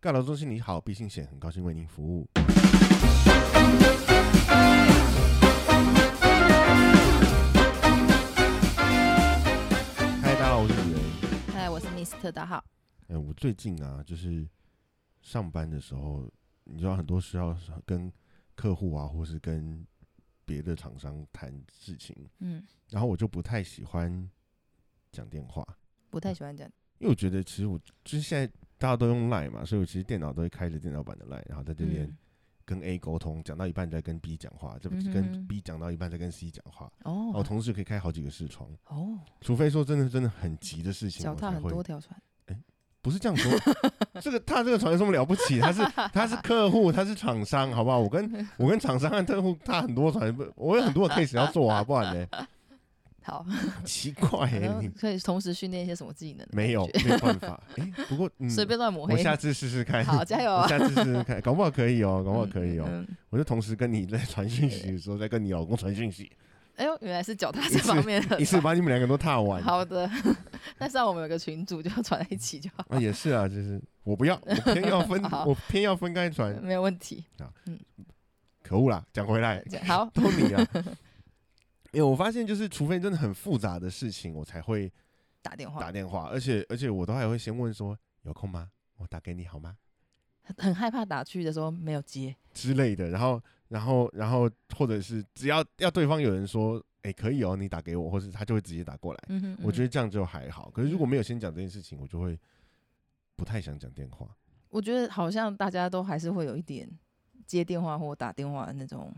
尬聊中心，你好，毕信贤，很高兴为您服务。嗨，大家好，我是李仁。嗨，哎我是 Mr 大号，哎、我最近啊，就是上班的时候，你知道很多时候是跟客户啊，或是跟别的厂商谈事情，嗯，然后我就不太喜欢讲电话，不太喜欢讲，因为我觉得其实我就是现在大家都用 Line 嘛，所以我其实电脑都会开着电脑版的 Line，然后在这边嗯跟 A 沟通，讲到一半再跟 B 讲话，这不嗯哼跟哼 B 讲到一半再跟 C 讲话，然后哦同时可以开好几个视窗，哦，除非说真的真的很急的事情，脚我踏才很会多条船，不是这样 说，这个他这个船有什么了不起？他是他是客户，他是厂商，好不好？我 跟我跟厂商和客户他很多船，不我有很多的 case 要做啊，不然呢？ 好，奇怪、然欸，后你可以同时训练一些什么技能？没有没有办法。哎、不过嗯，随便乱抹我黑，下次试试看，好加油啊 我下次试试看，搞不好可以哦，搞不好可以哦。嗯嗯嗯我就同时跟你在传讯息的时候，再跟你老公传讯息，哎呦，原来是脚踏一这次方面的 一，次把你们两个都踏完。好的， 但是我们有个群组，就要传在一起就好，，啊，也是啊，就是我不要，我偏要分 好我偏要分开传，没有问题。可恶啦！讲回 来，这样好，都你啊。因为我发现，就是除非真的很复杂的事情，我才会打电打话，电话，而且而且我都还会先问说有空吗？我打给你好吗？很很害怕打去的时候没有接，之类的。然后然后然后，或者是只要要对方有人说，哎、可以哦，你打给我，或是他就会直接打过来。嗯哼，我觉得得这样就还好。可是如果没有先讲这件事情，我就会不太想讲电话。我觉得好像大家都还是会有一点接电话或打电话的那种。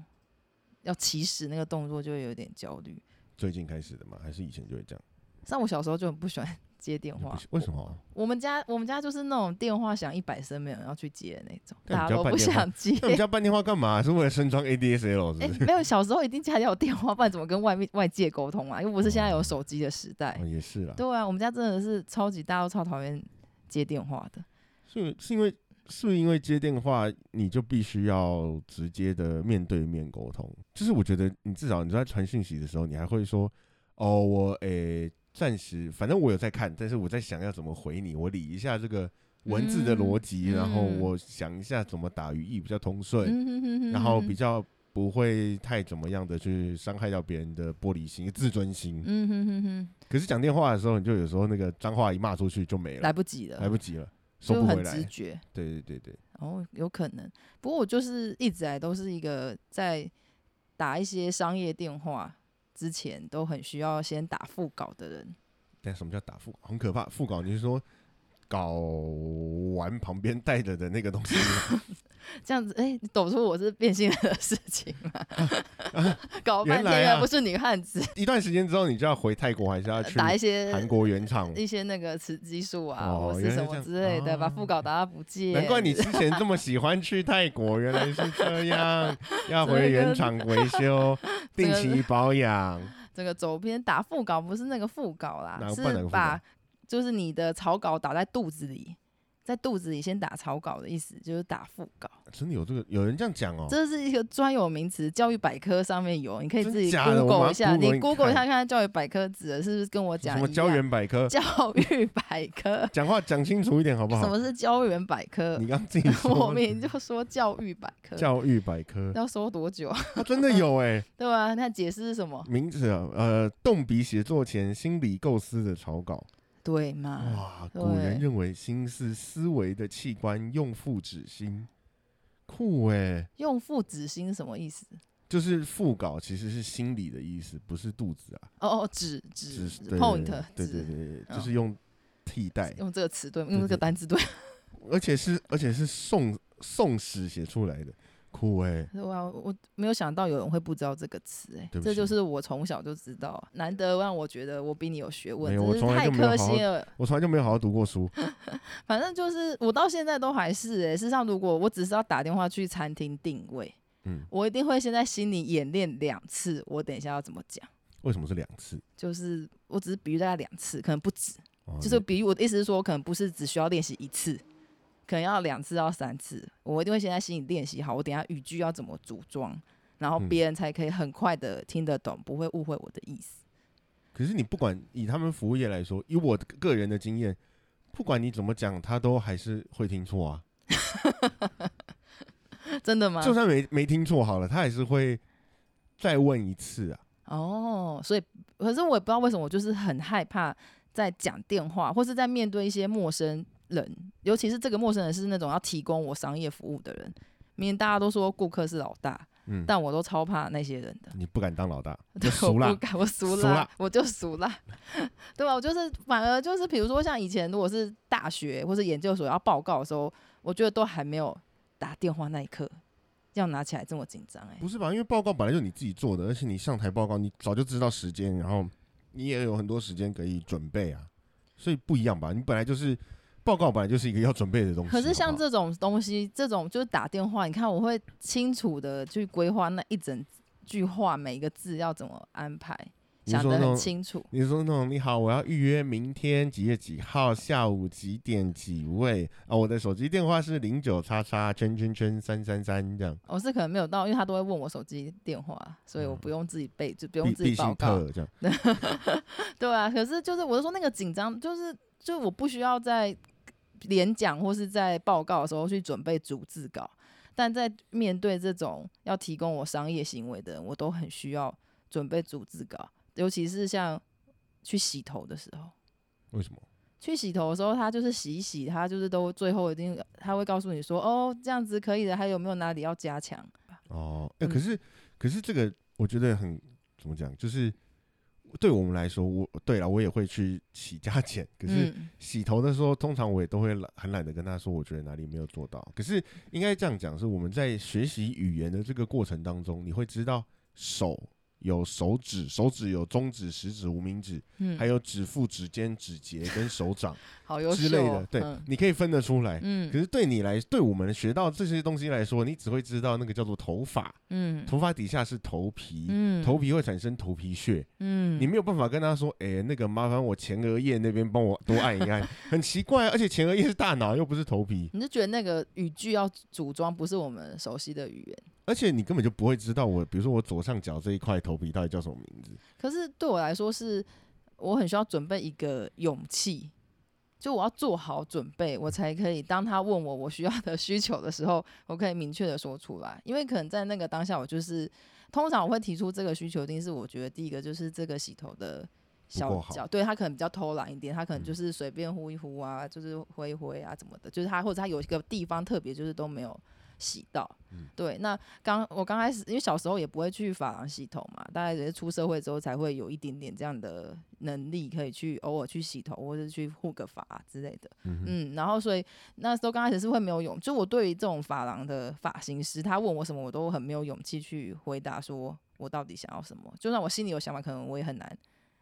要起始那个动作就会有点焦虑，最近开始的嘛，还是以前就会这样？像我小时候就很不喜欢 接电就话不，行为什么？我们家我们家就是那种电话响一百声没有人要去接的那种，那你大家家都办不电话想 接。那你家办电话干嘛？是为了升装 ADSL 哎、是不是？没有，小时候一定家里要有电话，不然怎么跟外面外界沟通啊？又不是现在有手机的时代。哦也是啦。对啊，我们家真的是超级大家都超讨厌接电话的。是是因为是不是因为接电话，你就必须要直接的面对面沟通？就是我觉得你至少你在传讯息的时候，你还会说，哦，我诶暂、时反正我有在看，但是我在想要怎么回你，我理一下这个文字的逻辑，嗯然后嗯我想一下怎么打语义比较通顺，嗯哼哼哼然后哼比较不会太怎么样的去伤害到别人的玻璃心、自尊心。嗯哼哼哼，可是讲电话的时候，你就有时候那个脏话一骂出去就没了，来不及了，来不及了，收就不回很来直。觉。对对对对。哦，有可能。不过我就是一直以来都是一个在打一些商业电话之前都很需要先打副稿的人。但什么叫打副？很可怕，副稿你是说搞完旁边带着的那个东西吗这样子，哎、你抖出我是变性人的事情了， 搞半原来啊天原来不是女汉子，一段时间之后，你就要回泰国，还是要去 打一韩些国原厂？一些那个雌激素啊，哦或原是来是这什么样哦之类的，把副稿打到不见。难怪你之前这么喜欢去泰国，原来是这 样，要回原厂维修，这定个期保养。整个走偏打副稿，不是那个副稿啦哪，个不然哪个是副把稿就是你的草稿打在肚子里。在肚子里先打草稿的意思就是打副稿，真的有这个，有人这样讲哦。这是一个专有名词，教育百科上面有，你可以真自己假的我马上 Google 一下， Google 你你 Google 一下看看看教育百科指的是不是跟我讲什么一胶样原百科？教育百 科，讲话讲清楚一点好不什好么？是教员百科 你？刚刚自己我说明明就说教育百科，教育百 科，要说多久？啊它真的有哎。对吧、那解释是什么？名字啊，呃，动笔写作前心理构思的草稿。对嘛？哇，古人啊对认为心是思维的器官，用腹指心，酷哎、用父子心是什么意思？就是腹稿其实是心理的意思，不是肚子啊，哦哦，指指只是对 point，对对指对对，对嗯就是用替代，用这个词对吗，对用这个对单词对吗。而且是而且是宋宋史写出来的，酷哎、对啊，我没有想到有人会不知道这个词、哎对，不这就起是我从小就知道，啊难得让我觉得我比你有学问没有，我真是从来就太没有可好好惜了。我从来就没有好好读过书，反正就是我到现在都还是、哎，事实上如果我只是要打电话去餐厅定位，嗯，我一定会先在心里演练两次，我等一下要怎么讲。为什么是两次？就是我只是比喻大概两次，可能不止。哦就是比喻我的意思是说，可能不是只需要练习一次，可能要两次到三次。我一定会先在心里练习好，我等一下语句要怎么组装，然后嗯别人才可以很快的听得懂，不会误会我的意思。 可是你不管以他们服务业来说，以我个人的经验，不管你怎么讲，他都还是会听错啊。真的吗？就算没没听错好了，他还是会再问一次啊。哦，所以可是我也不知道为什么，我就是很害怕在讲电话或是在面对一些陌生人，尤其是这个陌生人是那种要提供我商业服务的人。明明大家都说顾客是老大，嗯，但我都超怕那些人的。你不敢当老 大，对就，我熟不啦。敢，我熟熟啦啦，我就熟啦， 对啊吧？我就是反而就是，比如说像以前如果是大学或是研究所要报告的时候，我觉得都还没有打电话那一刻要拿起来这么紧张哎。不是吧？因为报告本来就你自己做的，而且你上台报告，你早就知道时间，然后你也有很多时间可以准备啊，所以不一样吧？你本来就是报告，本来就是一个哦要准备的东西。可是好像不好这种东西，这种就是打电话，你看我会清楚的去规划那一整句话每一个字要怎么安排，你想说得那很种清楚。你说那种你好，我要预约明天几月几号下午几点几位啊？我的手机电话是零九叉叉圈圈圈三三三这样，我是可能没有到，因为他都会问我手机电话，所以我嗯不用自己背，就不必用自己必报信告。特这样。对啊，可是就是我是说那个紧张，就是就我不需要在演讲或是在报告的时候去准备逐字稿，但在面对这种要提供我商业行为的人，我都很需要准备逐字稿，尤其是像去洗头的时候。为什么？去洗头的时候，他就是洗一洗，他就是都最后一定他会告诉你说，哦，这样子可以的，还有没有哪里要加强？哦，哎、嗯可是可是这个我觉得很怎么讲，就是对我们来说，我对了，我也会去洗加减，可是。嗯，洗头的时候，通常我也都会懒，很懒得跟他说，我觉得哪里没有做到。可是应该这样讲，是我们在学习语言的这个过程当中，你会知道手有手指，手指有中指、食指、无名指，嗯还有指腹、指尖、指节跟手 掌好优秀之类哦的，对，嗯你可以分得出来。可嗯是对你来，对我们学到这些东西来说，你只会知道那个叫做头发，嗯头发底下是头皮，嗯头皮会产生头皮屑，嗯你没有办法跟他说，哎、那个麻烦我前额叶那边帮我多按一按， 很奇怪啊，而且前额叶是大脑，又不是头皮，你就觉得那个语句要组装不是我们熟悉的语言。而且你根本就不会知道我，比如说我左上角这一块头皮到底叫什么名字，可是对我来说是，我很需要准备一个勇气，就我要做好准备，我才可以当他问我我需要的 需求的时候，我可以明确的说出来。因为可能在那个当下，我就是通常我会提出这个需求，一定是我觉得第一个就是这个洗头的。不小够好脚，对他可能比较偷懒一点，他可能嗯就是随便呼一呼啊，就是挥一挥啊，怎么的，就是他或者他有一个地方特别就是都没有洗到，嗯对。那刚我刚开始，因为小时候也不会去发廊洗头嘛，大概也是出社会之后才会有一点点这样的能力，可以去偶尔去洗头或者去护个发之类的。嗯哼，嗯，然后所以那时候刚开始是会没有勇，就我对于这种发廊的发型师，他问我什么，我都很没有勇气去回答，说我到底想要什么。就算我心里有想法，可能我也很难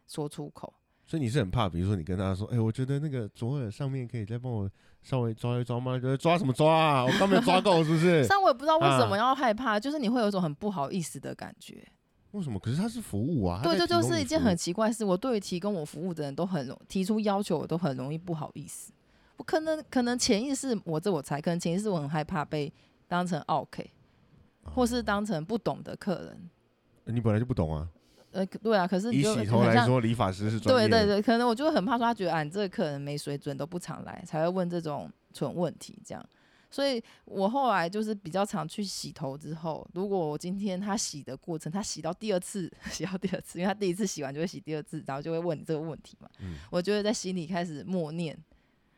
说出口。所以你是很怕，比如说你跟他说，哎、我觉得那个左耳上面可以再帮我稍微抓一抓吗？觉得抓什么抓啊？我刚没有抓够是不 是？但我也不知道为什啊么要害怕，就是你会有一种很不好意思的感觉。为什么？可是他是服务啊，对，他在这提就供是你一件服务很奇怪的事。我对于提供我服务的人都很容提出要求，我都很容易不好意思。我可能可能潜意识，我这我才可能潜意识我很害怕被当成 OK，或哦是当成不懂的客人。你本来就不懂啊，呃，对啊，可是你以就洗头很来像，说，理发师是专对业对的，对，可能我就会很怕说他觉得啊，你这个客人没水准，都不常来，才会问这种蠢问题这样。所以我后来就是比较常去洗头之后，如果我今天他洗的过程，他洗到第二次， 洗到第二次，因为他第一次洗完就会洗第二次，然后就会问你这个问题嘛，嗯我就会在心里开始默念。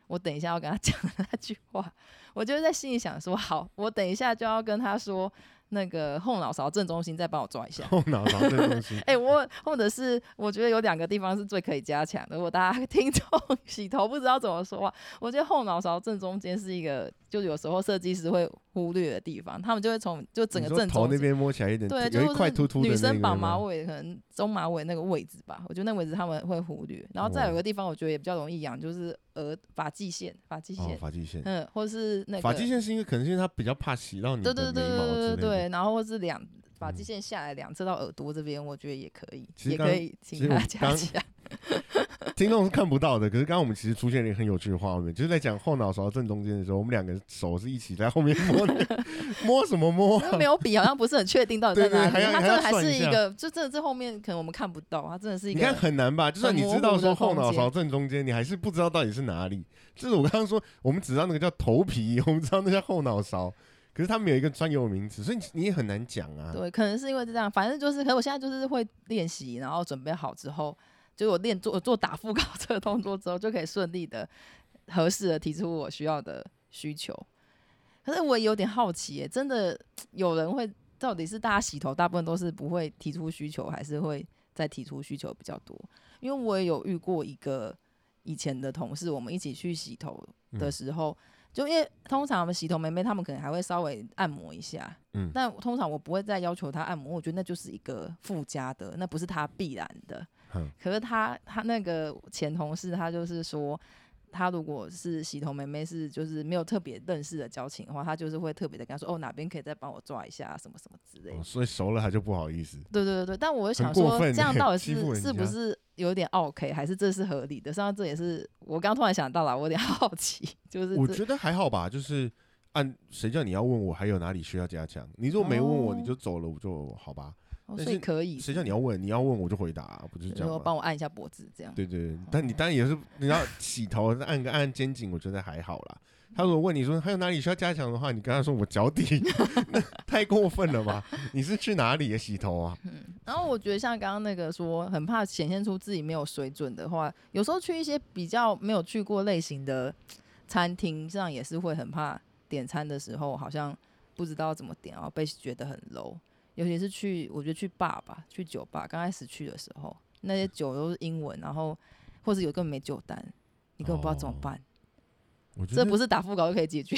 我等一下要跟他 讲的那句话，我就会在心里想说，好，我等一下就要跟他说，那个后脑勺正中心再帮我抓一 下。，后脑勺这东西 哎、我或者是我觉得有两个地方是最可以加强的。如果大家 听众洗头不知道怎么说话，我觉得后脑勺正中间是一个，就有时候设计师会忽略的地方，他们就会从就整你个说正头中那间。边摸起来有点对，啊有就一块是凸凸的女那个生绑马吗尾，可能中马尾那个位置吧，我觉得那个位置他们会忽略。然后再哦有一个地方，我觉得也比较容易痒，就是额发际线，发际哦线，，发际线，嗯，或是那个发际线是因为可能是因为他比较怕洗到你对对的对眉毛对之对类的。对，然后或是两发际嗯线下来两侧到耳朵这边，我觉得也可以，其实也刚可以其实请大我家刚 加强。听众是看不到的。可是刚刚我们其实出现了一个很有趣的画面，就是在讲后脑勺正中间的时候，我们两个手是一起在后面摸 的，摸什么摸因为没有比，好像不是很确定到底在对哪对里。还要它真的还还要是算一一下个，就真的是后面可能我们看不到，它真的是一你个。看很难吧？就算你知道很模糊说的后空脑勺正中间，你还是不知道到底是哪里。这是我刚刚说，我们只知道那个叫头皮，我们知道那叫后脑勺，可是它没有一个专有名词，所以你你也很难讲啊。对，可能是因为这样，反正就是，可是我现在就是会练习，然后准备好之后，就我练做做打腹稿 这个动作之后，就可以顺利的、合适的提出我需要的需求。可是我也有点好奇、耶，真的有人会，到底是大家洗头，大部分都是不会提出需求，还是会再提出需求比较多？因为我也有遇过一个以前的同事，我们一起去洗头的嗯时候，就因为通常我们洗头妹妹，她们可能还会稍微按摩一下，但通常我不会再要求他按摩，我觉得那就是一个附加的，那不是他必然的。嗯可是他他那个前同事，他就是说，他如果是洗头妹妹是就是没有特别认识的交情的话，他就是会特别的跟他说，哦哪边可以再帮我抓一下啊什么什么之类的。哦所以熟了他就不好意思。对对对对，但我就很想过说，分这样欸到底欺负是人是不家是有点 OK，还是这是合理的？实际上这也是我刚突然想到了，我有点 好奇，就是我这觉得还好吧，就是按谁叫你要问我还有哪里需要加强？你如果没问我，哦你就走了，我就好吧。哦但所以是可以，谁叫你要问？你要问我就回答啊，不就是这说样吗？帮我按一下脖子这样。对对，对但你当然也是，你要洗头按个按肩颈，我觉得还好啦。他如果问你说还有哪里需要加强的话，你跟他说我脚底， 那太过分了吧？你是去哪里也洗头啊？然后我觉得像刚刚那个说很怕显现出自己没有水准的话，有时候去一些比较没有去过类型的餐厅，这样也是会很怕点餐的时候好像不知道怎么点，然后被觉得很 low。尤其是去，我觉得去 bar 吧，去酒吧，刚开始去的时候，那些酒都是英文，然后或者有根本没酒单，你根本不知道怎么哦办。我觉这得不是打腹稿就可以解决，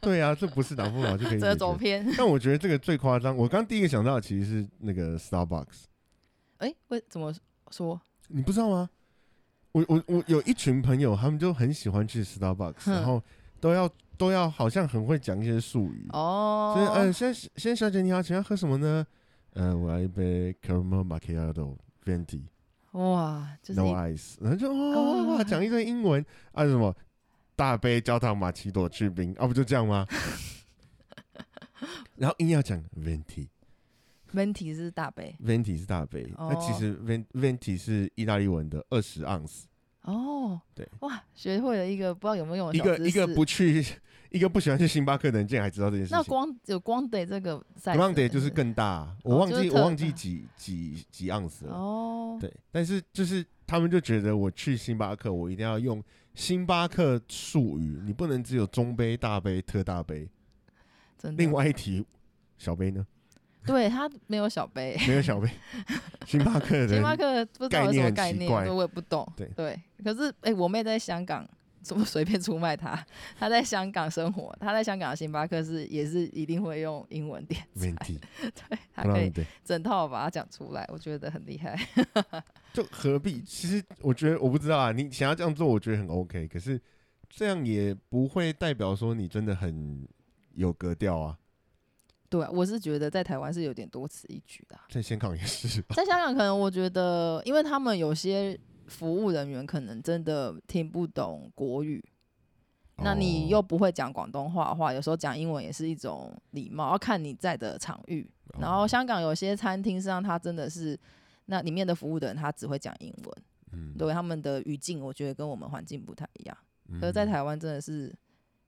对啊，这不是打不好就可以这解走决。偏。但我觉得这个最夸张，我刚第一个想到的其实是那个 Starbucks。哎、为怎么说？你不知道吗？我我我有一群朋友，他们就很喜欢去 Starbucks，哼然后都要都要好像很会讲一些术语。哦，所以，呃，先先小姐你好，请要喝什么呢？呃，我要一杯 caramel macchiato venti 哦哇，就是 no 啊一 ice，然后就哦哇，啊讲一堆英文啊什么大杯焦糖玛奇朵去冰啊，不就这样 吗？然后硬要讲 venti venti 是大杯 venti 是大杯，那其哦实 ven- venti 是意大利文的二十盎司。哦，对，哇，学会了一个不知道有没有用的一小个知一个识不去，一个不喜欢去星巴克的人，竟然还知道这件事那情。光有光得这个赛 g r a n d 得就是更大啊，我哦忘就是记特我忘记几几几盎司了。哦，对，但是就是他们就觉得我去星巴克，我一定要用星巴克术语，你不能只有中杯、大杯、特大杯。真的。另外一题，小杯呢？对他没有小杯，没有小 杯。星巴克的星巴人，克不知道有什么概念很概奇念，怪我也不懂。对可是哎、我妹在香港。怎么随便出卖她？ 她在香港生活，她在香港的星巴克是也是一定会用英文点问餐，题对，她 g 可 r a 以 n d 整套把它讲出来，我觉得很厉害。就何必？其实我觉得我不知道啊，你想要这样做，我觉得很 OK，可是这样也不会代表说你真的很有格调啊。对啊，我是觉得在台湾是有点多此一举的啊、在香港也是， 在香港，可能我觉得，因为他们有些服务人员可能真的听不懂国语，那哦你又不会讲广东话的话，有时候讲英文也是一种礼貌，要看你在的场域。哦然后香港有些餐厅实际上它真的是，那里面的服务的人他只会讲英文，嗯对他们的语境，我觉得跟我们环境不太一样。嗯可是，在台湾真的是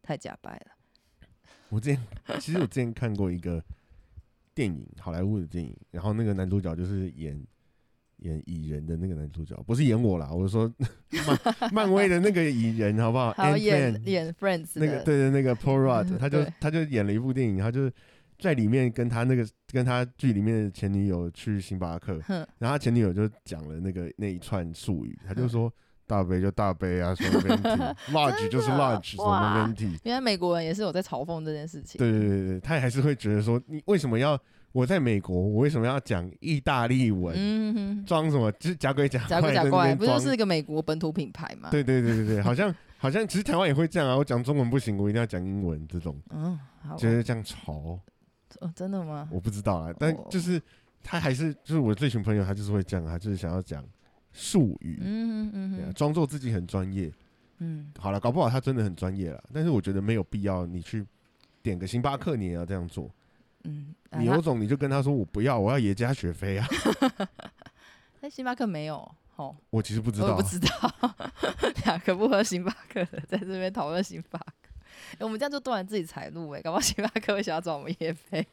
太假掰了。我之前其实我之前看过一个电影，好莱坞的电影，然后那个男主角就是演演蚁人的那个男主角，不是演我啦，我是说 漫漫威的那个蚁人，好不 好？还有 Ant-Man 演演 Friends 哦那个的，嗯对对那 个 Paul Rudd，他就对他就演了一部电影，他就在里面跟他那个跟他剧里面的前女友去星巴克，哼，然后他前女友就讲了那个那一串术语，他就嗯说大杯就大杯啊，什么 venti，large 就是 large，什么啊哇 venti，原来美国人也是有在嘲讽这件事情。对对对对，他还是会觉得说你为什么要我在美国，我为什么要讲意大利文，嗯哼 哼装什么就是假鬼假假怪在假那怪，边不就装是一个美国本土品牌嘛？，对对对对对，好像好像其实台湾也会这样啊，我讲中文不行，我一定要讲英文这 种，嗯，好，觉得这样吵。哦，真的吗？啊哦我不知道啦，但就是他还是就是我这群朋友，他就是会这样，他就是想要讲术语，嗯嗯对啊嗯装作自己很专业。嗯，好了，搞不好他真的很专业了，但是我觉得没有必要你去点个星巴克，你也要这样做。嗯，啊你有种你就跟他说我不要，我要爷加学费 啊！那星巴克没有，哦，我其实不知我也道啊不，知道，两个不喝星巴克的在这边讨论星巴克。哎我们这样就断了自己财路哎、搞不好星巴克会想要找我们业费。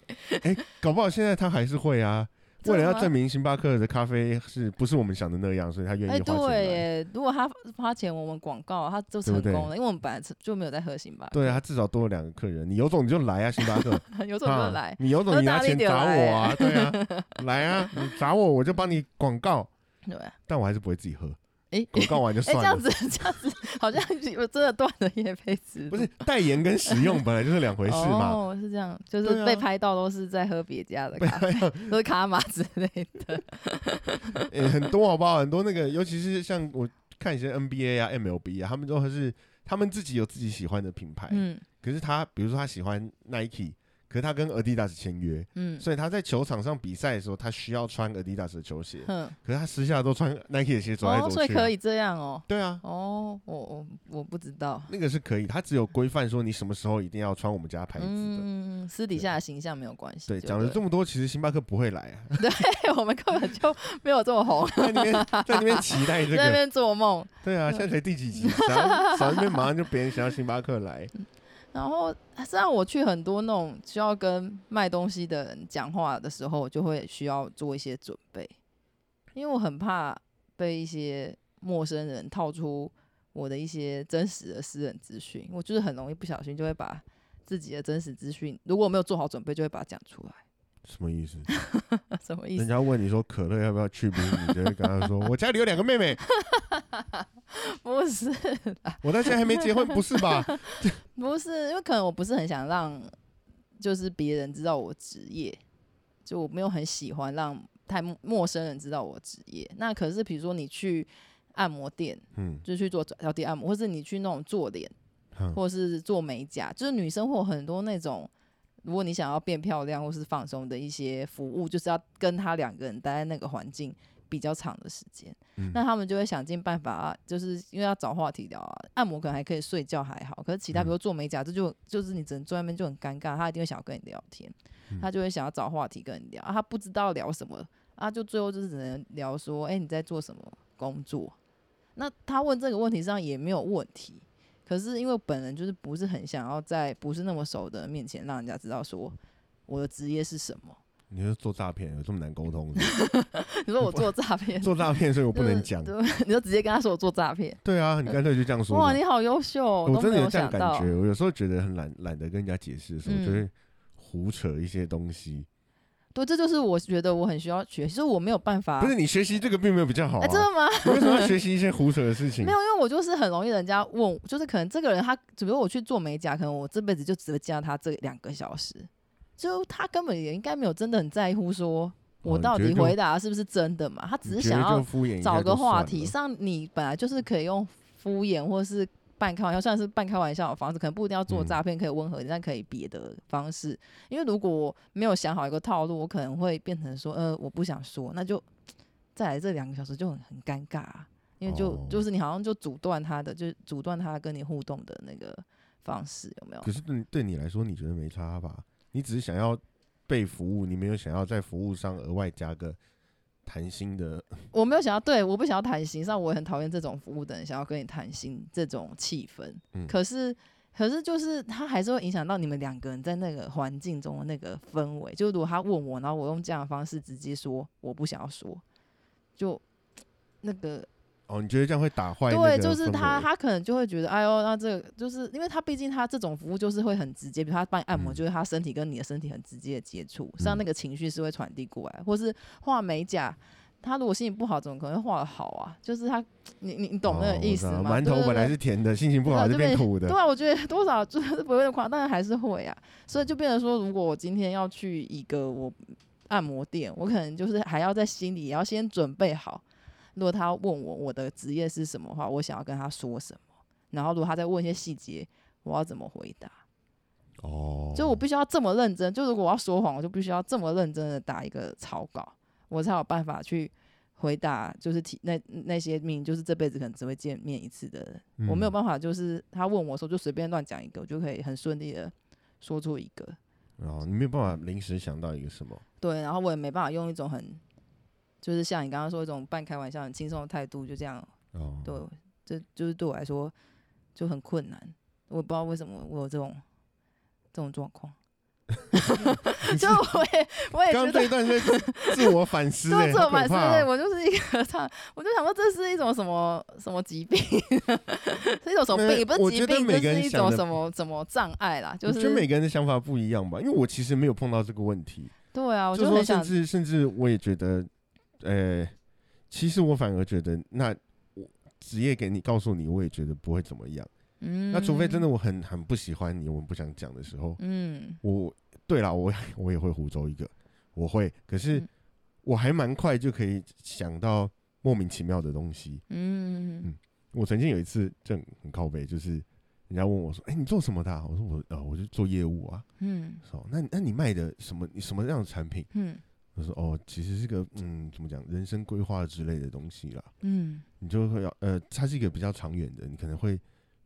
搞不好现在他还是会啊。真为的了要吗证明星巴克的咖啡是不是我们想的那样，所以他愿哎、意花钱对买。耶，如果他花钱我们广告，他对就成不对功了，因为我们本来就没有在喝星巴克，对啊，他至少多了两个客人。你有种你就来啊，星巴克！有种就啊来。你有种那你拿大力钱点砸来我啊！对 啊，来啊，你砸我我就帮你广告，对，哎、但我还是不会自己喝，诶广告完就哎这算样了。子这样子好像有真的断了业费值，不是代言跟使用本来就是两回事嘛。哦，是这样，就对是啊被拍到都是在喝别家的 咖啡，都是卡玛之类的。欸，很多好不好？很多那个，尤其是像我看一些 NBA 啊、MLB 啊，他们都还是他们自己有自己喜欢的品牌。嗯可是他，比如说他喜欢 Nike，可是他跟 Adidas 签约，嗯所以他在球场上比赛的时候，他需要穿 Adidas 的球鞋，哼，可是他私下都穿 Nike 的鞋走来走哦，去、啊所以可。以这样哦。对啊，哦，我我我不知道，那个是可以，他只有规范说你什么时候一定要穿我们家牌子的。嗯，私底下的形象没有关系。对，就讲了对这么多，其实星巴克不会来啊，了 我们根本就没有这么红，在 那边在 那边期待这在那个，边做梦。对啊，现在才第几集，然后早那边马上就别人想要星巴克来，然后，虽然我去很多那种需要跟卖东西的人讲话的时候，我就会需要做一些准备，因为我很怕被一些陌生人套出我的一些真实的私人资讯。我就是很容易不小心就会把自己的真实资讯，如果我没有做好准备，就会把它讲出来。 什么意思？什么意人思？家问你说可乐要不要去冰，你就会跟他说：“我家里有两个妹妹，不是，我到现在还没结婚，不是吧 不是，因为可能我不是很想让，就是别人知道我职业，就我没有很喜欢让太陌陌生人知道我职业。那可是比如说你去按摩店，？”嗯，就去做脚底按摩，或是你去那种做脸，哼或是做美甲，就是女生会有很多那种。如果你想要变漂亮或是放松的一些服务，就是要跟他两个人待在那个环境比较长的时间，嗯那他们就会想尽办法、啊就是因为要找话题聊啊。按摩可能还可以睡觉还好，可是其他嗯比如说做美甲，这就就是你只能坐在那边就很尴尬，他一定会想要跟你聊天，嗯他就会想要找话题跟你聊，啊、他不知道聊什么，啊，就最后就是只能聊说，哎、你在做什么工作？那他问这个问题上也没有问题，可是因为我本人就是不是很想要在不是那么熟的人面前让人家知道说我的职业是什么。你说做诈骗有这么难沟通 是不是？你说我做诈骗，做诈骗，所以我我不能讲。对， 你就直接跟他说我做诈骗。对啊，你干脆就这样说吧。哇，你好优秀哦，我都真没的有这样想感到。啊觉，我有时候觉得很懒，懒得跟人家解释的时候，嗯就会胡扯一些东西。对，这就是我觉得我很需要学习，所以我没有办法。不是你学习这个并没有比较好啊哎、啊，真的吗？你为什么要学习一些胡扯的事情 没？有，因为我就是很容易人家问我，就是可能这个人他，只不过我去做美甲，可能我这辈子就只会见到他这两个小时，就他根本也应该没有真的很在乎说我哦你到觉得底就回答是不是真的嘛，他只你是觉得想就要敷衍一下找就个话算题了上，你本来就是可以用敷衍或是半开玩笑，算是半开玩笑的方式，可能不一定要做嗯诈骗，可以温和一点，但可以别的方式。因为如果我没有想好一个套路，我可能会变成说，呃，我不想说，那就再来这两个小时就很很尴尬、啊，因为就、哦就是你好像就阻断他的，就是阻断他跟你互动的那个方式，有没有可？是对你对你来说，你觉得没差吧？你只是想要被服务，你没有想要在服务上额外加个谈心的。 我没有想要，对，我不想要谈心，上我也很讨厌这种服务的人想要跟你谈心这种气氛。嗯可是，可是就是他还是会影响到你们两个人在那个环境中的那个氛围。就如果他问我，然后我用这样的方式直接说我不想要说，就那个哦，你觉得这样会打坏那个对，就是他，氛围他可能就会觉得，哎呦，那这个就是因为他毕竟他这种服务就是会很直接，比如他帮你按摩，嗯就是他身体跟你的身体很直接的接触，嗯像那个情绪是会传递过来，或是画美甲。他如果心情不好，怎么可能会画的好啊？就是他，你你你懂那哦个我意知思道吗？馒对头对本来对是甜的，心情不好对就变就苦的。对啊，我觉得多少就是不会夸，但还是会啊。所以就变成说，如果我今天要去一个我按摩店，我可能就是还要在心里也要先准备好，如果他问我我的职业是什么的话，我想要跟他说什么，然后如果他再问一些细节，我要怎么回答？哦，就我必须要这么认真，就如果我要说谎，我就必须要这么认真的打一个草稿，我才有办法去回答就是提那那些命，就是这辈子可能只会见面一次的人，我没嗯有办法，就是他问我的时候就随便乱讲一个，我就可以很顺利的说出一个。哦，你没有办法临时想到一个什么，对，然后我也没办法用一种很，就是像你刚刚说一种半开玩笑、很轻松的态度，就这样，哦，对，这就是对我来说就很困难。我也不知道为什么我有这种这种状况， 就我也我也刚刚这觉得一。段是自我反思就欸，是自我好可反思，怕 对哦我就是一个 他，我就想说这是一种什么什么疾病， 是一种什么没有病，也不我是疾觉得病，每就个人是一想种的什么什么障碍啦，就我觉得是每个人的想法不一样吧，因为我其实没有碰到这个问题，对啊，我就就是说很甚想至甚至我也觉得，呃，其实我反而觉得，那我职业给你告诉你，我也觉得不会怎么样。嗯，那除非真的我很很不喜欢你，我很不想讲的时候，嗯，我对啦，我我也会胡诌一个，我会，可是嗯我还蛮快就可以想到莫名其妙的东西。嗯嗯我曾经有一次就很很靠背，就是人家问我说：“哎、你做什么的啊、我说：“我呃，我就做业务啊。”嗯说：“那那你卖的什么？你什么样的产品？”嗯我说：“哦，其实是个嗯，怎么讲，人生规划之类的东西啦。嗯你就会要呃，它是一个比较长远的，你可能会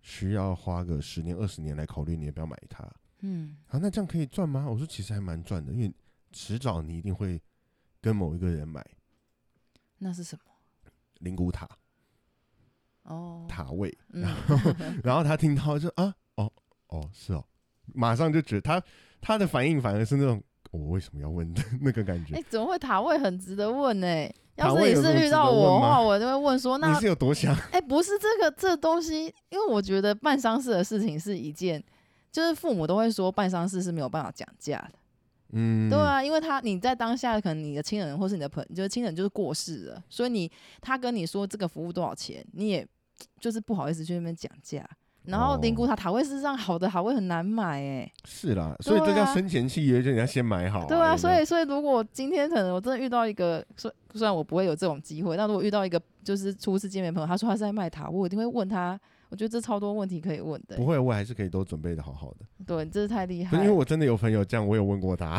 需要花个十年二十年来考虑你要不要买它。嗯啊，那这样可以赚吗？我说其实还蛮赚的，因为迟早你一定会跟某一个人买那是什么？灵骨塔哦，塔位，嗯然后然后他听到就啊，哦哦是哦，马上就觉得他他的反应反而是那种我为什么要问的 那个感觉哎、，怎么会塔位很值得问呢、塔要位是你有什么是值遇得到问我的吗话，我就会问说，你那是有多想？ 哎、不是这个这东西，因为我觉得办丧事的事情是一件，就是父母都会说办丧事是没有办法讲价的，嗯，对，啊，因为他你在当下可能你的亲人或是你的朋就是亲人就是过世了，所以你他跟你说这个服务多少钱，你也就是不好意思去那边讲价。然哦后灵骨塔塔位事实上好的塔位很难买哎、是啦，所以这对叫啊生前契约，就你要先买好、对啊，哦有没所有以所以如果今天可能我真的遇到一个，虽虽然我不会有这种机会，但如果遇到一个就是初次见面的朋友，他说他是在卖塔，我一定会问他。我觉得这超多问题可以问的不，会，我还是可以都准备的好好的。对，哦你真是太厉可害是因为我真的有朋友这样，我有问过他，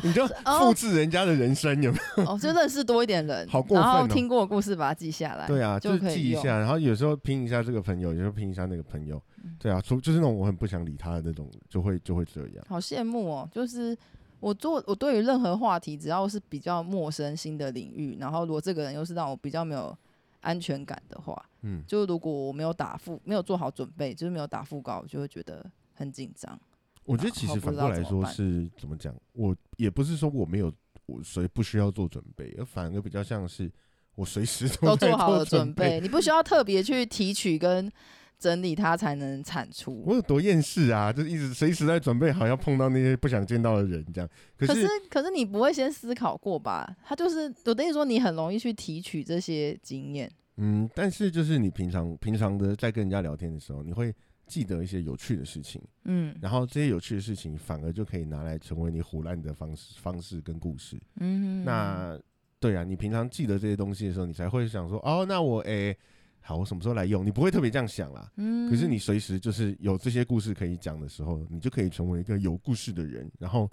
你 就复制人家的人生有没有？哦，就认识多一点人，好过然后分哦听过的故事把它记下来，对啊，就是可以记一用下，然后有时候拼一下这个朋友，有时候拼一下那个朋友嗯，对啊，除就是那种我很不想理他的那种，就会就会这样。好羡慕哦！就是我做我对于任何话题，只要是比较陌生新的领域，然后如果这个人又是让我比较没有安全感的话，嗯，就是如果我没有打负，没有做好准备，就是没有打副稿，我就会觉得很紧张。我觉得好其啊好实不反知过道来怎么说办是怎么讲，我也不是说我没有我谁不需要做准备，而反而比较像是我随时都在做好了准准备，。你不需要特别去提取跟整理它才能产出。我有多厌世啊！就是一直随时在准备好要碰到那些不想见到的人，这样。可可是是，可是你不会先思考过吧？他就是我等于说，你很容易去提取这些经验。嗯，但是就是你平常平常的在跟人家聊天的时候，你会记得一些有趣的事情，嗯然后这些有趣的事情反而就可以拿来成为你胡乱的方式方式跟故事。嗯，那对啊，你平常记得这些东西的时候，你才会想说，哦，那我诶、好，我什么时候来用？你不会特别这样想啦。嗯，可是你随时就是有这些故事可以讲的时候，你就可以成为一个有故事的人，然后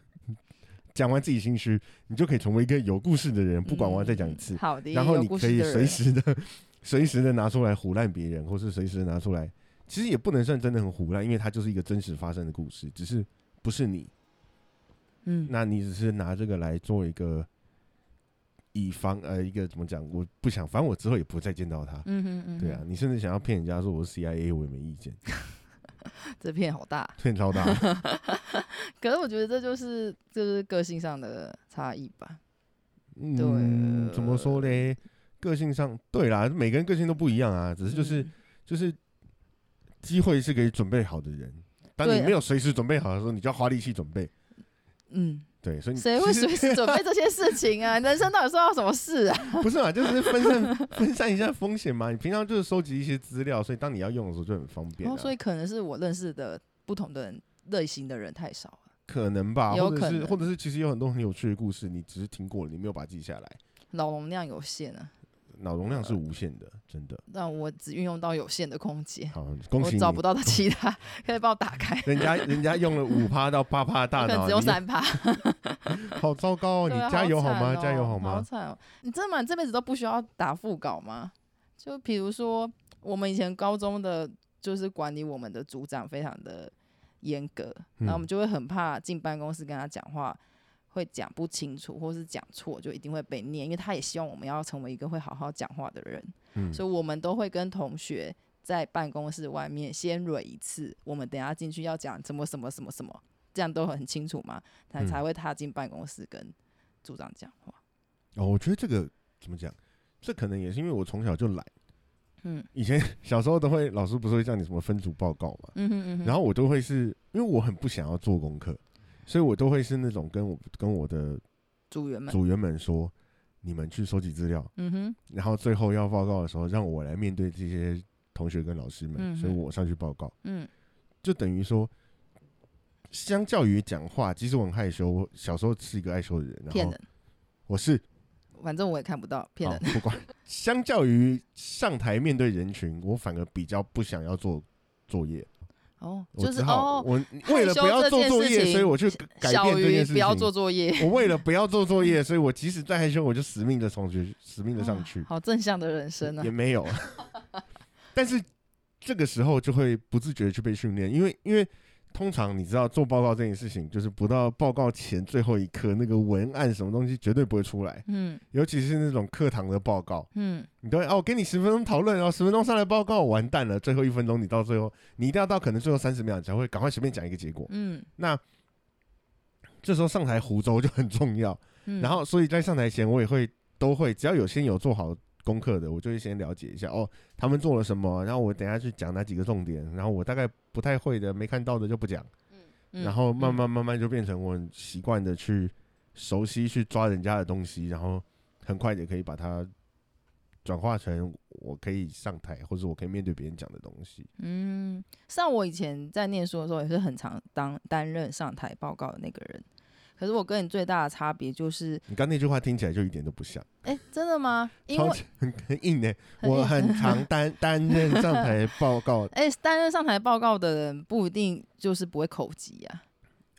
讲完自己心虚，你就可以成为一个有故事的人。不管我要再讲一次嗯，好的，然后有你故可事以的人随时的、 随时的拿出来胡乱别人，或是随时地拿出来，其实也不能算真的很胡乱，因为它就是一个真实发生的故事，只是不是你，嗯那你只是拿这个来做一个以防呃一个怎么讲，我不想，反正我之后也不再见到他。嗯哼嗯哼，对啊，你甚至想要骗人家说我是 CIA，我也没意见，这片好大。骗超 大。可是我觉得这就是就是个性上的差异吧。嗯，怎么说嘞？个性上，对啦，每个人个性都不一样啊，只是就是、嗯就是机会是给准备好的人，当你对啊没有随时准备好的时候，你就要花力气准备。嗯，对，所以你谁会其实随时准备这些事 情啊？人生到底受到什么事啊？不是嘛？就是分 散分散一下风险嘛。你平常就是收集一些资料，所以当你要用的时候就很方便、然啊。后哦所以可能是我认识的不同的人类型的人太少了，可能吧，有或者可是能或者是其实有很多很有趣的故事，你只是听过了，你没有把它记下来。脑容量有限啊。脑容量是无限的，真的。让我只运用到有限的空间，好，恭我喜你找，不到的其他， 可以帮我打开，人家人家用了五趴到八趴大 我可脑，能只有你三趴。 好糟糕哦！对你啊加油好吗？惨哦加油好好吗？惨哦！你真的吗？你这辈子都不需要打副稿吗？就比如说，我们以前高中的就是管理我们的组长非常的严格，嗯然后我们就会很怕进办公室跟他讲话。会讲不清楚，或是讲错，就一定会被念，因为他也希望我们要成为一个会好好讲话的人，嗯，所以我们都会跟同学在办公室外面先蕊一次，我们等一下进去要讲什么什么什么什么，这样都很清楚嘛，他嗯才会踏进办公室跟组长讲话。哦，我觉得这个怎么讲？这可能也是因为我从小就懒。嗯以前小时候都会，老师不是会叫你什么分组报告嘛？嗯哼嗯哼，然后我都会是因为我很不想要做功课，所以我都会是那种跟我跟我的组员们，组员们说，你们去收集资料，嗯哼，然后最后要报告的时候，让我来面对这些同学跟老师们，嗯所以哼我上去报告。嗯就等于说，相较于讲话，其实我很害羞。我小时候是一个爱羞的人，然骗后人，我是反正我也看不到骗好人，不 管。相较于上台面对人群，我反而比较不想要做作业。哦，我就是只好哦，我为了不要做作害羞这件事业，情所以我去改小变这鱼件事不要做情。作业，我为了不要做作业，所以我即使再害羞，我就死命的上去，死命的上去啊，好正向的人生啊也，没有。 但是这个时候就会不自觉的去被训练，因为因为通常你知道做报告这件事情，就是不到报告前最后一刻，那个文案什么东西绝对不会出来，嗯尤其是那种课堂的报告，嗯，你都会哦，我给你十分钟讨论，然哦后十分钟上来报告，完蛋了，最后一分钟你到最后，你一定要到可能最后三十秒你才会赶快随便讲一个结果。嗯那这时候上台胡诌就很重要，嗯，然后所以在上台前，我也会都会，只要有先有做好功课的，我就会先了解一下哦，他们做了什么，然后我等一下去讲哪几个重点，然后我大概不太会的、没看到的就不讲，嗯然后慢慢慢慢就变成我很习惯的去熟悉去抓人家的东西，然后很快的可以把它转化成我可以上台或者我可以面对别人讲的东西。嗯，像我以前在念书的时候，也是很常当担任上台报告的那个人。可是我跟你最大的差别就是，你刚那句话听起来就一点都不像，哎，真的吗？因超为级 很很硬呢、欸很我硬 很常担担任上台报告哎，担任上台报告的人不一定就是不会口疾啊。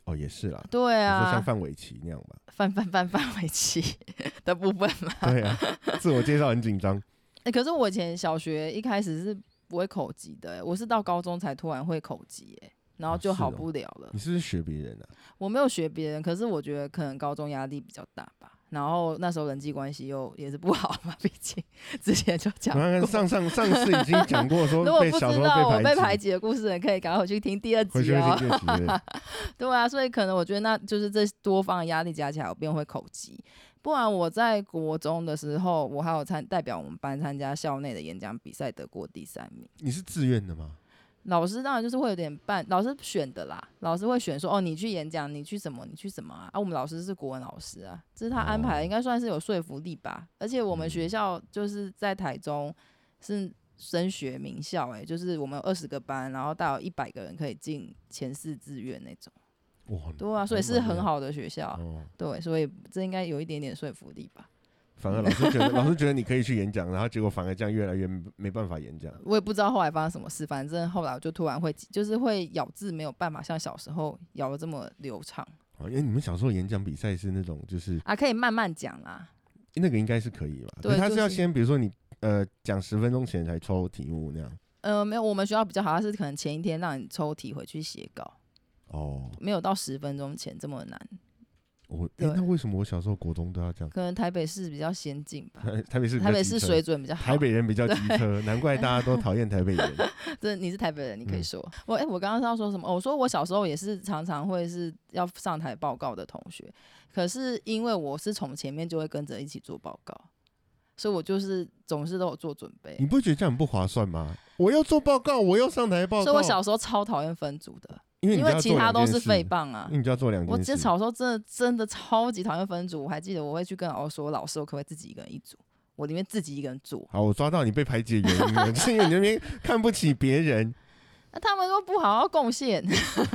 哦，也是啦，对你说啊像，范玮琪那样吧？ 范范范范围期 的部分嘛。对啊，自我介绍很紧 张。哎、可是我以前小学一开始是不会口疾的欸、我是到高中才突然会口疾、欸，然后哦就是好哦不了了。你是不是学别人啊？我没有学别人，可是我觉得可能高中压力比较大吧。然后那时候人际关系又也是不好嘛， 毕竟之前就讲我刚刚过。上 上上次已经讲过说如果被不小时知候道我被排排挤，挤的故事的人，可以赶快回去听第二回集去哦会。听这集的。 对啊，所以可能我觉得那就是这多方的压力加起来，我便会口疾。不然我在国中的时候，我还有参代表我们班参加校内的演讲比赛，得过第三名。你是自愿的吗？老师当然就是会有点办，老师选的啦，老师会选说哦，你去演讲，你去什么，你去什么啊？啊，我们老师是国文老师啊，这是他安哦排的，应该算是有说服力吧。而且我们嗯学校就是在台中是升学名校、欸，就是我们有二十个班，然后大概有一百个人可以进前四志愿那种。哇，对啊啊，所以是很好的学校，哦。对，所以这应该有一点点说服力吧。反而老师觉得 老师觉得你可以去演讲，然后结果反而这样越来越没办法演讲。我也不知道后来发生什么事，反正后来我就突然会，就是会咬字没有办法像小时候咬的这么流畅。哦，因为你们小时候演讲比赛是那种就是啊，可以慢慢讲啦。那个应该是可以吧？对可是他就是是要先比如说你呃讲十分钟前才抽题目那样。呃，没有，我们学校比较好，它是可能前一天让你抽题回去写稿，哦，没有到十分钟前这么难。我诶对那为什么我小时候国中都要这样？可能台北市比较先进 吧，台台北市比较台北机市车水准比较好。台北人比较机车，难怪大家都讨厌台北 人。这你是台北人，你可以嗯说、我。哎、我刚刚是要说什么？哦我说我小时候也是常常会是要上台报告的同学，可是因为我是从前面就会跟着一起做报告，所以我就是总是都有做准备你。不觉得这样很不划算吗？我要做报告，我要上台报告。所以我小时候超讨厌分组的，因为你就因为要其做他两都件是事嗯废，棒啊因。为你就要做两我件记得事。小时候真的真的超级讨厌分组，我还记得我会去跟老师说，老师我可不可以自己一个人一组？我宁愿自己一个人做。好，我抓到你被排挤的原因了，就是因为你那边看不起别人。那他们说不好好贡献，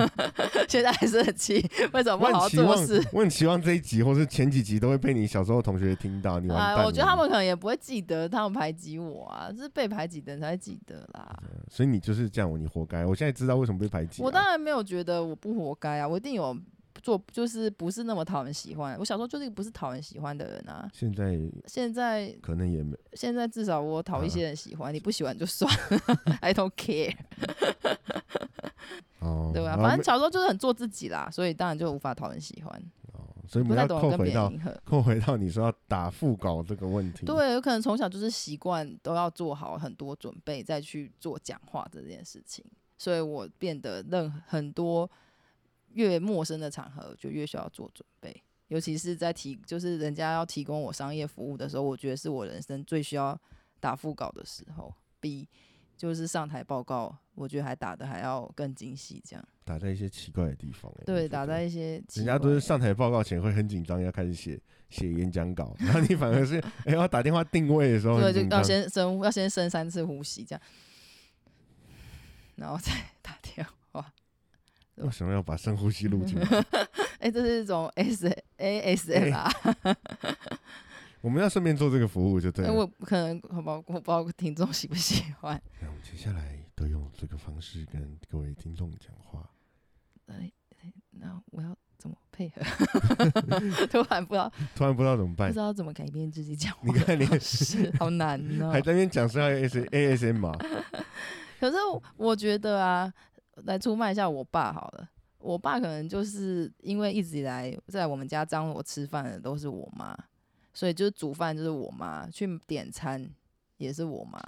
现在还生气，为什么我 不好很好期做望事？， 我很期望这一集或是前几集都会被你小时候的同学听到，你完蛋哎，了。我觉得他们可能也不会记得他们排挤我啊，是被排挤的人才会记得啦。所以你就是这样，你活该。我现在知道为什么被排挤、啊。我当然没有觉得我不活该啊，我一定有做，就是不是那么讨人喜欢。我小时候就是一个不是讨人喜欢的人啊。现在现在可能也没现在至少嗯我讨一些人喜欢，你不喜欢就算了 ，I don't care，哦，对吧、啊好反正小时候就是很做自己啦，所以当然就无法讨人喜欢，没哦所以我们不太要懂得扣跟回别到人迎合。扣回到你说要打腹稿这个问题。，对，有可能从小就是习惯都要做好很多准备，再去做讲话这件事情，所以我变得任很多越陌生的场合就越需要做准备，尤其是在提就是人家要提供我商业服务的时候，我觉得是我人生最需要打腹稿的时候，比就是上台报告，我觉得还打的还要更精细，这样打在一些奇怪的地方、欸。我对，觉打得在一些奇人家都怪是的上台报告前会很紧张，要开始写写演讲稿， 然后你反而是哎、要打电话定位的时候对，很就紧要张。先深要先深三次呼吸这样，然后再 打电话。为什么要把深呼吸录 进来？哎、这是一种 S A S M 啊，我们要顺便做这个服务就对哎，了。我可能好吧，我不知道听众喜不喜欢。那我们接下来都用这个方式跟各位听众讲话。哎，哎那我要怎么配合？ 突然不知道突然不知道怎么不办知，道怎么改变自己讲话你的看你方式，好难哦、 还在那边讲是要 AS ASM 嘛？可是我我觉得啊，来出卖一下我爸好了。我爸可能就是因为一直以来在我们家张罗我吃饭的都是我妈，所以就是煮饭就是我妈，去点餐也是我妈。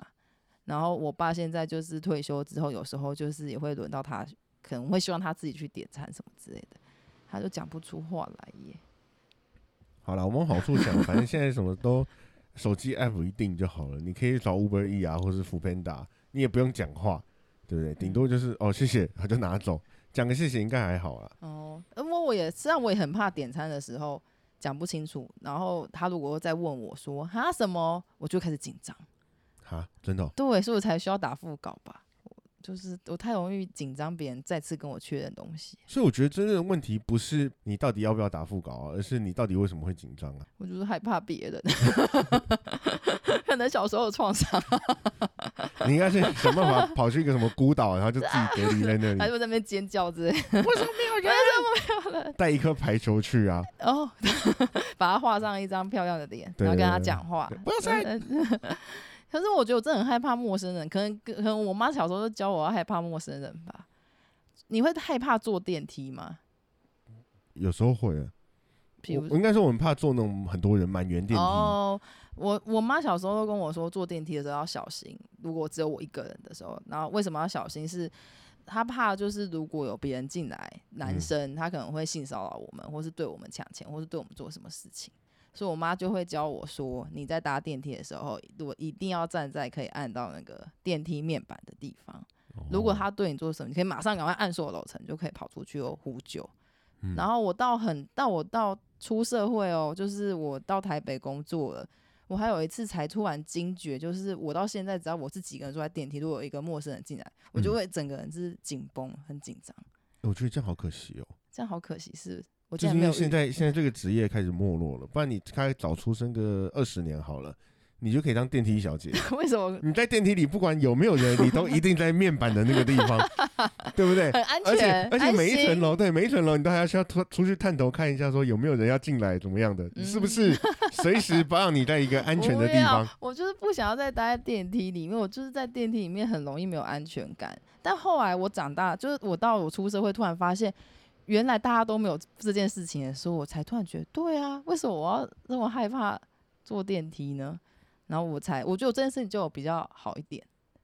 然后我爸现在就是退休之后，有时候就是也会轮到他，可能会希望他自己去点餐什么之类的，他就讲不出话来耶。好了，我们往好处想，反正现在什么都手机 app 一定就好了，你可以找 Uber E 啊，或是 f o o Panda，你也不用讲话，对不对？顶多就是哦谢谢，他就拿走，讲个谢谢应该还好啦。哦，呃我我也虽然我也很怕点餐的时候讲不清楚，然后他如果再问我说哈什么，我就开始紧张。哈，真的哦、对，所以我才需要打腹稿吧。我就是我太容易紧张，别人再次跟我确认东西，所以我觉得真正的问题不是你到底要不要打腹稿啊，而是你到底为什么会紧张啊？我就是害怕别人。 可能小时候有创伤，你应该是想办法跑去一个什么孤岛，然后就自己隔离在那他里，就在那边尖叫之类的。带一颗排球去啊，哦， 把他画上一张漂亮的脸，对然后跟对他对讲 话。呃不要再可是我觉得我真的很害怕陌生人，可能可能我妈小时候就教我要害怕陌生人吧。你会害怕坐电梯吗？有时候会啊。比我如我应该说我们怕坐那种很多人满员电梯，哦，我我妈小时候都跟我说，坐电梯的时候要小心。如果只有我一个人的时候，然后为什么要小心是？她怕就是如果有别人进来，男嗯生他可能会性骚扰我们，或是对我们抢钱，或是对我们做什么事情。所以我妈就会教我说，你在搭电梯的时候，如果一定要站在可以按到那个电梯面板的地方。如果哦他对你做什么，你可以马上赶快按所有楼层，就可以跑出去哦呼救。嗯然后我到很到我到出社会哦，就是我到台北工作了，我还有一次才突然惊觉，就是我到现在只要我自己一个人坐在电梯，如果有一个陌生人进来，我就嗯会整个人是紧绷，很紧张。我觉得这样好可惜哦。这样好可惜，是我竟就是然因没为有现遇在现在这个职业开始没落了，不然你开早出生个二十年好了，你就可以当电梯小姐。 为什么你在电梯里不管有没有人，你都一定在面板的那个地 方，对不对？很安而且全，而且安每一层心楼，对每一层楼，你都还要需要出出去探头看一下，说有没有人要进来，怎么样的，嗯是不是随 时不让你在一个安全的地我方不要？我就是不想要再待在电梯里面，我就是在电梯里面很容易没有安全感。但后来我长大，就是我到我出社会，突然发现原来大家都没有这件事情的时候，我才突然觉得，对啊，为什么我要那么害怕坐电梯呢？然后我才我觉得我这件事情就有比较好一点。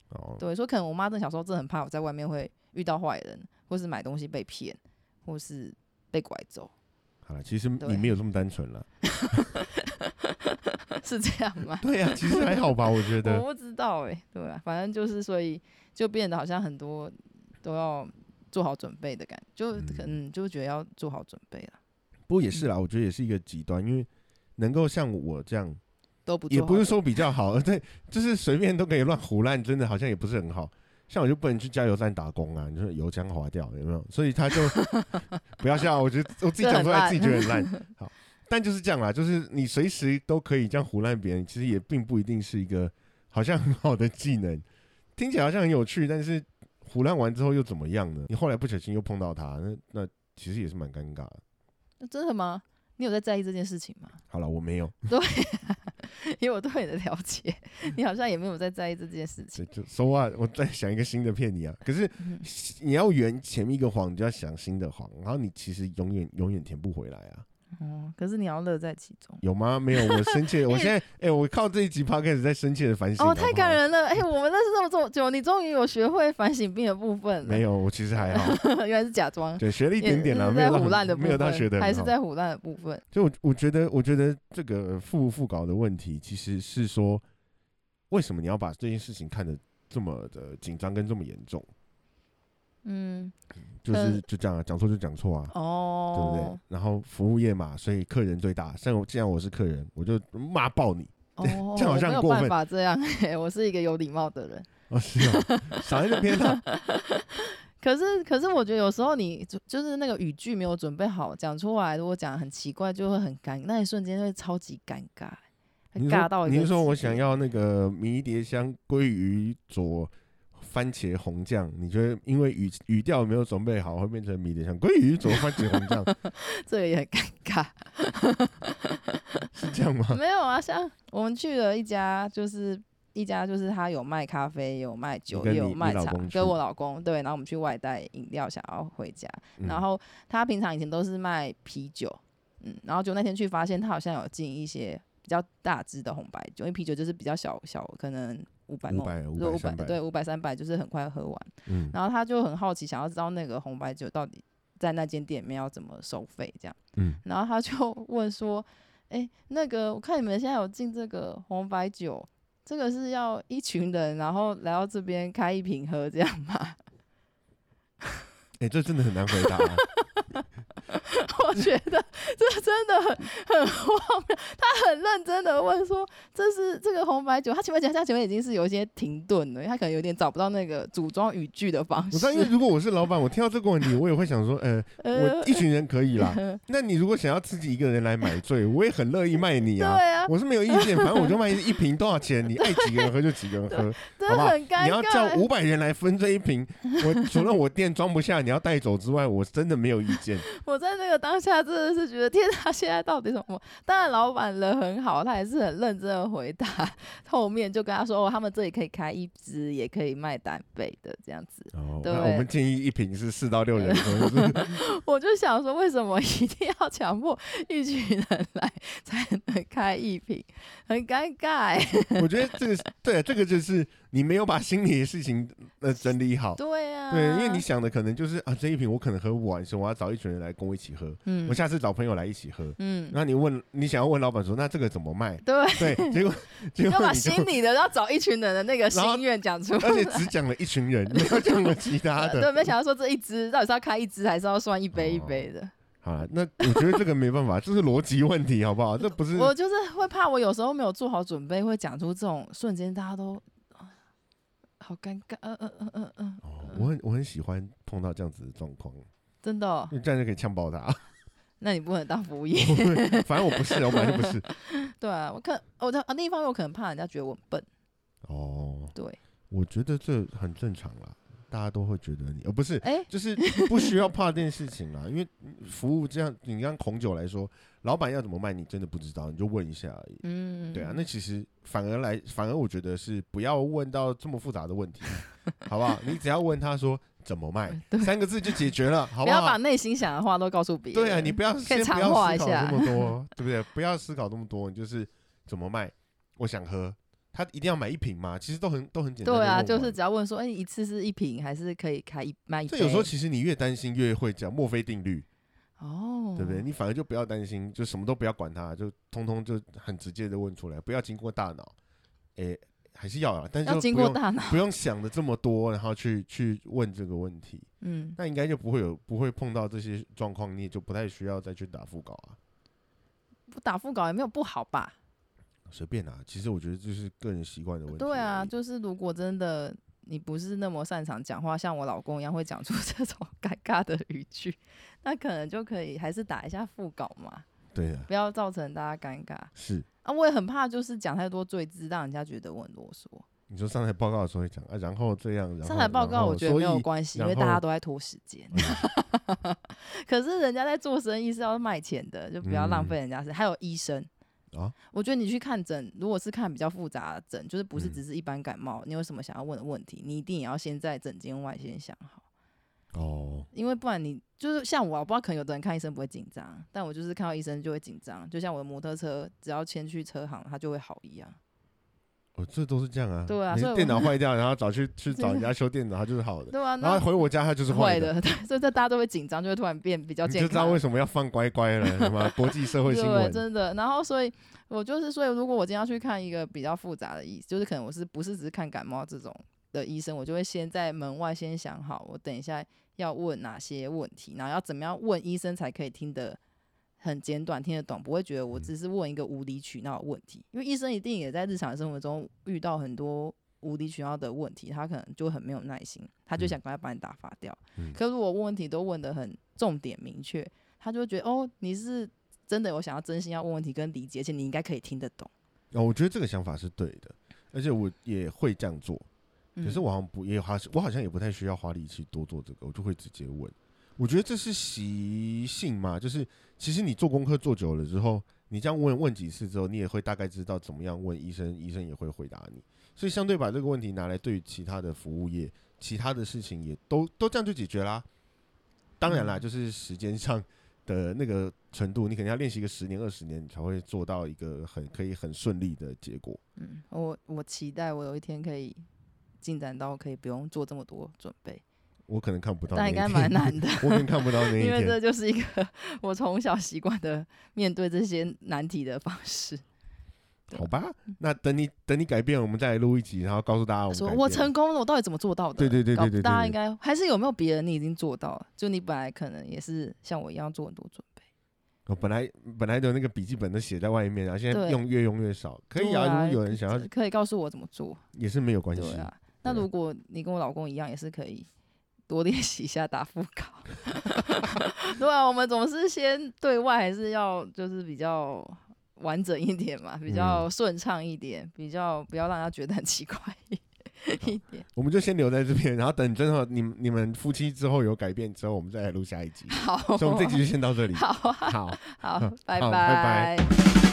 哦，对，所以可能我妈真的小时候真的很怕我在外面会遇到坏人，或是买东西被骗，或是被拐走， 好了，其实你对没有这么单纯了。是这样吗？对呀、其实还好吧，我觉得。 我不知道哎、对啊，反正就是，所以就变得好像很多都要做好准备的感觉，就嗯可能就觉得要做好准备了，不过也是啦，我觉得也是一个极端，因为能够像我这样，都不做也好不是准 说比较好，对，就是随便都可以乱胡乱，真的好像也不是很好。像我就不能去加油站打工啊，你说油腔滑调有没有？所以 他就不要笑，我觉得我自己讲出来自己觉得很 烂。好，但就是这样啦，就是你随时都可以这样胡乱别人，其实也并不一定是一个好像很好的技能，听起来好像很有趣，但是胡乱完之后又怎么样呢？你后来不小心又碰到他，那那其实也是蛮尴尬的。那真的吗？你有在在意这件事情吗？ 好了，我没有，以我对你的了解，你好像也没有在在意这件事 这情。就 so what？我再想一个新的骗你啊！可是嗯你要圆前面一个谎，你就要想新的谎，然后你其实永远永远填不回来啊，哦，可是你要乐在其中。有吗？没有，我深 切，我现在哎、我靠这一集 podcast 在深切的反省。哦，好不好太感！人了！哎、我们认识这么这么久，你终于有学会反省病的部分了。没有，我其实还好， 有，原来是假装，对，学了一点点啦，也是没有在到胡乱很的部没分，有到学的还是在胡乱的部分。就我我觉得，我觉得这个副副稿的问题，其实是说，为什么你要把这件事情看得这么的紧张跟这么严重？嗯，就是嗯就这样啊，讲错就讲错啊。对不对哦，？然后服务业嘛，所以客人最大。像我既然我是客人，我就骂爆你。 哦，这样好像很我没有过分办法这样、嘿我是一个有礼貌的人。哦，是 哦，少在那边了。可是，可是我觉得有时候你就就是那个语句没有准备好，讲出来如果讲得很奇怪，就会很尴，那一瞬间会超级尴尬，会你尬说，到一个。你是说我想，要那个迷迭香鲑鱼佐番茄红酱，你觉得因为语语调没有准备好，会变成迷迭香鲑鱼佐番茄红酱 这个也很尴尬。是这样 吗？没有啊，像我们去了一家，就是一家，就是他有卖咖啡，有卖酒，跟也你有卖你老茶公，去跟我老公对，然后我们去外带饮料，想要回家。嗯然后他平常以前都是卖啤酒，嗯，然后就那天去发现他好像有进一些比较大支的红白酒，因为啤酒就是比较小小，可能五百五百五对百五三百百，哦对五百三百就是很快喝完。嗯，然后他就很好奇，想要知道那个红白酒到底在那间店里面要怎么收费这样。嗯，然后他就 问说：“哎、那个我看你们现在有进这个红白酒，这个是要一群人然后来到这边开一瓶喝这样吗哎，这真的很难回答啊。？” 我觉得这真的很很荒谬。 他很认真的问说：“这是这个红白酒，他前面讲他前面已经是有一些停顿了，他可能有点找不到那个组装语句的方我式知道，。因为如果我是老板，我听到这个问题，我也会想说， 呃，”我一群人可以啦。那你如果想要自己一个人来买醉，我也很乐意卖你 对啊。啊，我是没有意见，反正我就卖一瓶多少钱，你爱几个人喝就几个人 喝，真好的不好啊很尴尬。你要叫五百人来分这一瓶，我除了我店装不下，你要带走之外，我真的没有意 见。我在那个当下真的是觉得，天哪，现在到底什么？当然，老板人很好，他也是很认真的回答。 后面就跟他说，哦，他们这里可以开一支，也可以卖单杯的这样子。哦，对那我们建议一瓶是四到六人喝， 就是我就想说，为什么一定要强迫一群人来才能开一瓶？很尴尬、欸。我觉得这个是对，这个就是你没有把心里的事情呃整理好。对啊，对，因为你想的可能就是啊，这一瓶我可能喝不完，所以我要找一群人来跟我一起喝。嗯我下次找朋友来一起喝。嗯，那你问，你想要问老板说，那这个怎么卖？对，对，结果结 要果把你就心，里的要找一群人的那个然后心愿讲出 来。而且只讲了一群人，没有讲了其他的。 对，没想到说这一支到底是要开一支，还是要算一杯一哦杯的？好了，那我觉得这个没办法，这是逻辑问题，好不好？这不是我就是会怕，我有时候没有做好准备，会讲出这种瞬间大家都啊好尴尬，嗯嗯嗯嗯嗯，哦，我很我很喜欢碰到这样子的状况，真的哦、因为这样就可以呛爆他。 那你不能当服务哦业，反正我不是，我本来就不是。对啊，我可我在啊另一方面，我可能怕人家觉得我很笨，哦，对，我觉得这很正常啦，大家都会觉得你，呃，不是，哎、就是不需要怕这件事情啦， 因为服务这样，你让红酒来说，老板要怎么卖，你真的不知道，你就问一下而已。嗯，对啊，那其实反而来，反而我觉得是不要问到这么复杂的问 题，好不好？你只要问他说怎么卖，三个字就解决了，好嗯不好？要把内心想的话都告诉别人，对啊，你不要可以先不长要话思一考下这么 多，对不对？不要思考这么多，你就是怎么卖，我想喝，他一定要买一瓶吗？其实都很都很简单。对啊，就就是问完。只要问说，哎、一次是一瓶，还是可以开一卖一这杯？有时候其实你越担心越会讲墨菲定律，哦，对不对？？你反而就不要担心，就什么都不要管它，就通通就很直接的问出来，不要经过大脑。诶，还是要啊，但是要就经不过用大脑，不用想的这么多，然后去去问这个问题，嗯，那应该就不会有不会碰到这些状况，你也就不太需要再去打副稿啊。不打副稿也没有不好吧？啊啊随便啦、其实我觉得这是个人习惯的问题而已。对啊，就是如果真的你不是那么擅长讲话，像我老公一样会讲出 这种尴尬的语句，那可能就可以还是打一下副稿嘛，对啊，不要造成大家尴尬是。啊。我也很怕就是讲太多罪字，让人家觉得我很啰嗦。你说上台报告的时候会讲啊，然后这样，然后上台报然告后我觉得没有所以关系，因然为大家后嗯都在拖时间。 可是人家在做生意是要卖钱的，就不要浪费人家时间。还有医生嗯啊，我觉得你去看诊，如果是看比较复杂的诊，就是不是嗯只是一般感冒，你有什么想要问的问题，你一定也要先在诊间外先想好，哦，因为不然你就是像我啊，我不知道可能有的人看医生不会紧张，但我就是看到医生就会紧张，就像我的摩托车，只要先去车行，它就会好一样。哦，这都是这样啊。对啊你所以我电脑坏掉，然后找去去找人家修电 脑，它就是好的。对啊，然那后回我家，它就是会坏。的， 对，所以这大家都会紧张，就会突然变比较你健就康。啊知道为什么要放乖乖了，什么国际社会新对，闻，真的。然后，所以我就是，所以如果我今天要去看一个比较复杂的医，就是可能我是不是只是看感冒这种的医生，我就会先在门外先想好，我等一下要问哪些问题，然后要怎么样问医生才可以听得很简短，听得懂，不会觉得我嗯只是问一个无理取闹的问题，因为医生一定也在日常生活中遇到很多。无理取闹的问题，他可能就很没有耐心，他就嗯想赶快把你打发掉。嗯可如果问问题都问得很重点明确，他就会觉得哦，你是真的有想要真心要问问题跟理解，而且你应该可以听得懂。哦，我觉得这个想法是对的，而且我也会这样做。嗯可是我好像不也好像，我好像也不太需要花力气多做这个，我就会直接问。我觉得这是习性嘛，就是其实你做功课做久了之后，你这样问问几次之后，你也会大概知道怎么样问医生，医生也会回答你。所以相对把这个问题拿来对于其他的服务业、其他的事情也都都这样就解决啦。当然啦，嗯就是时间上的那个程度，你可能要练习个十年二十年，你才会做到一个很可以很顺利的结果。嗯，我我期待我有一天可以进展到可以不用做这么多准备，我可能看不到那但一应天，该蛮难的， 我可能看不到那一因天。为这就是一个我从小习惯的面对这些难题的方式。对 好吧，那等你等你改变，我们再来录一集，然后告诉大家我们说改我变成功了，我到底怎么做到的？对对对搞对对对大家对应该还是有没有别人你已经做到了？就你本来可能也是像我一样做很多准备。我哦本来本来的那个笔记本都写在外面，然后现在对用越用越少，可以对啊。啊如果有人想要，可以告诉我怎么做？也是没有关系对。啊，那对啊如果你跟我老公一样，也是可以多练习一下打副稿。 对啊，我们总是先对外还是要就是比较完整一点嘛，比嗯较顺畅一点，比较不要让他觉得很奇怪 一点。我们就先留在这边，然后等真的你们你们夫妻之后有改变之后，我 们再来录下一集。好，所以我们这集就先到这里。好啊，好。好好，拜拜拜拜。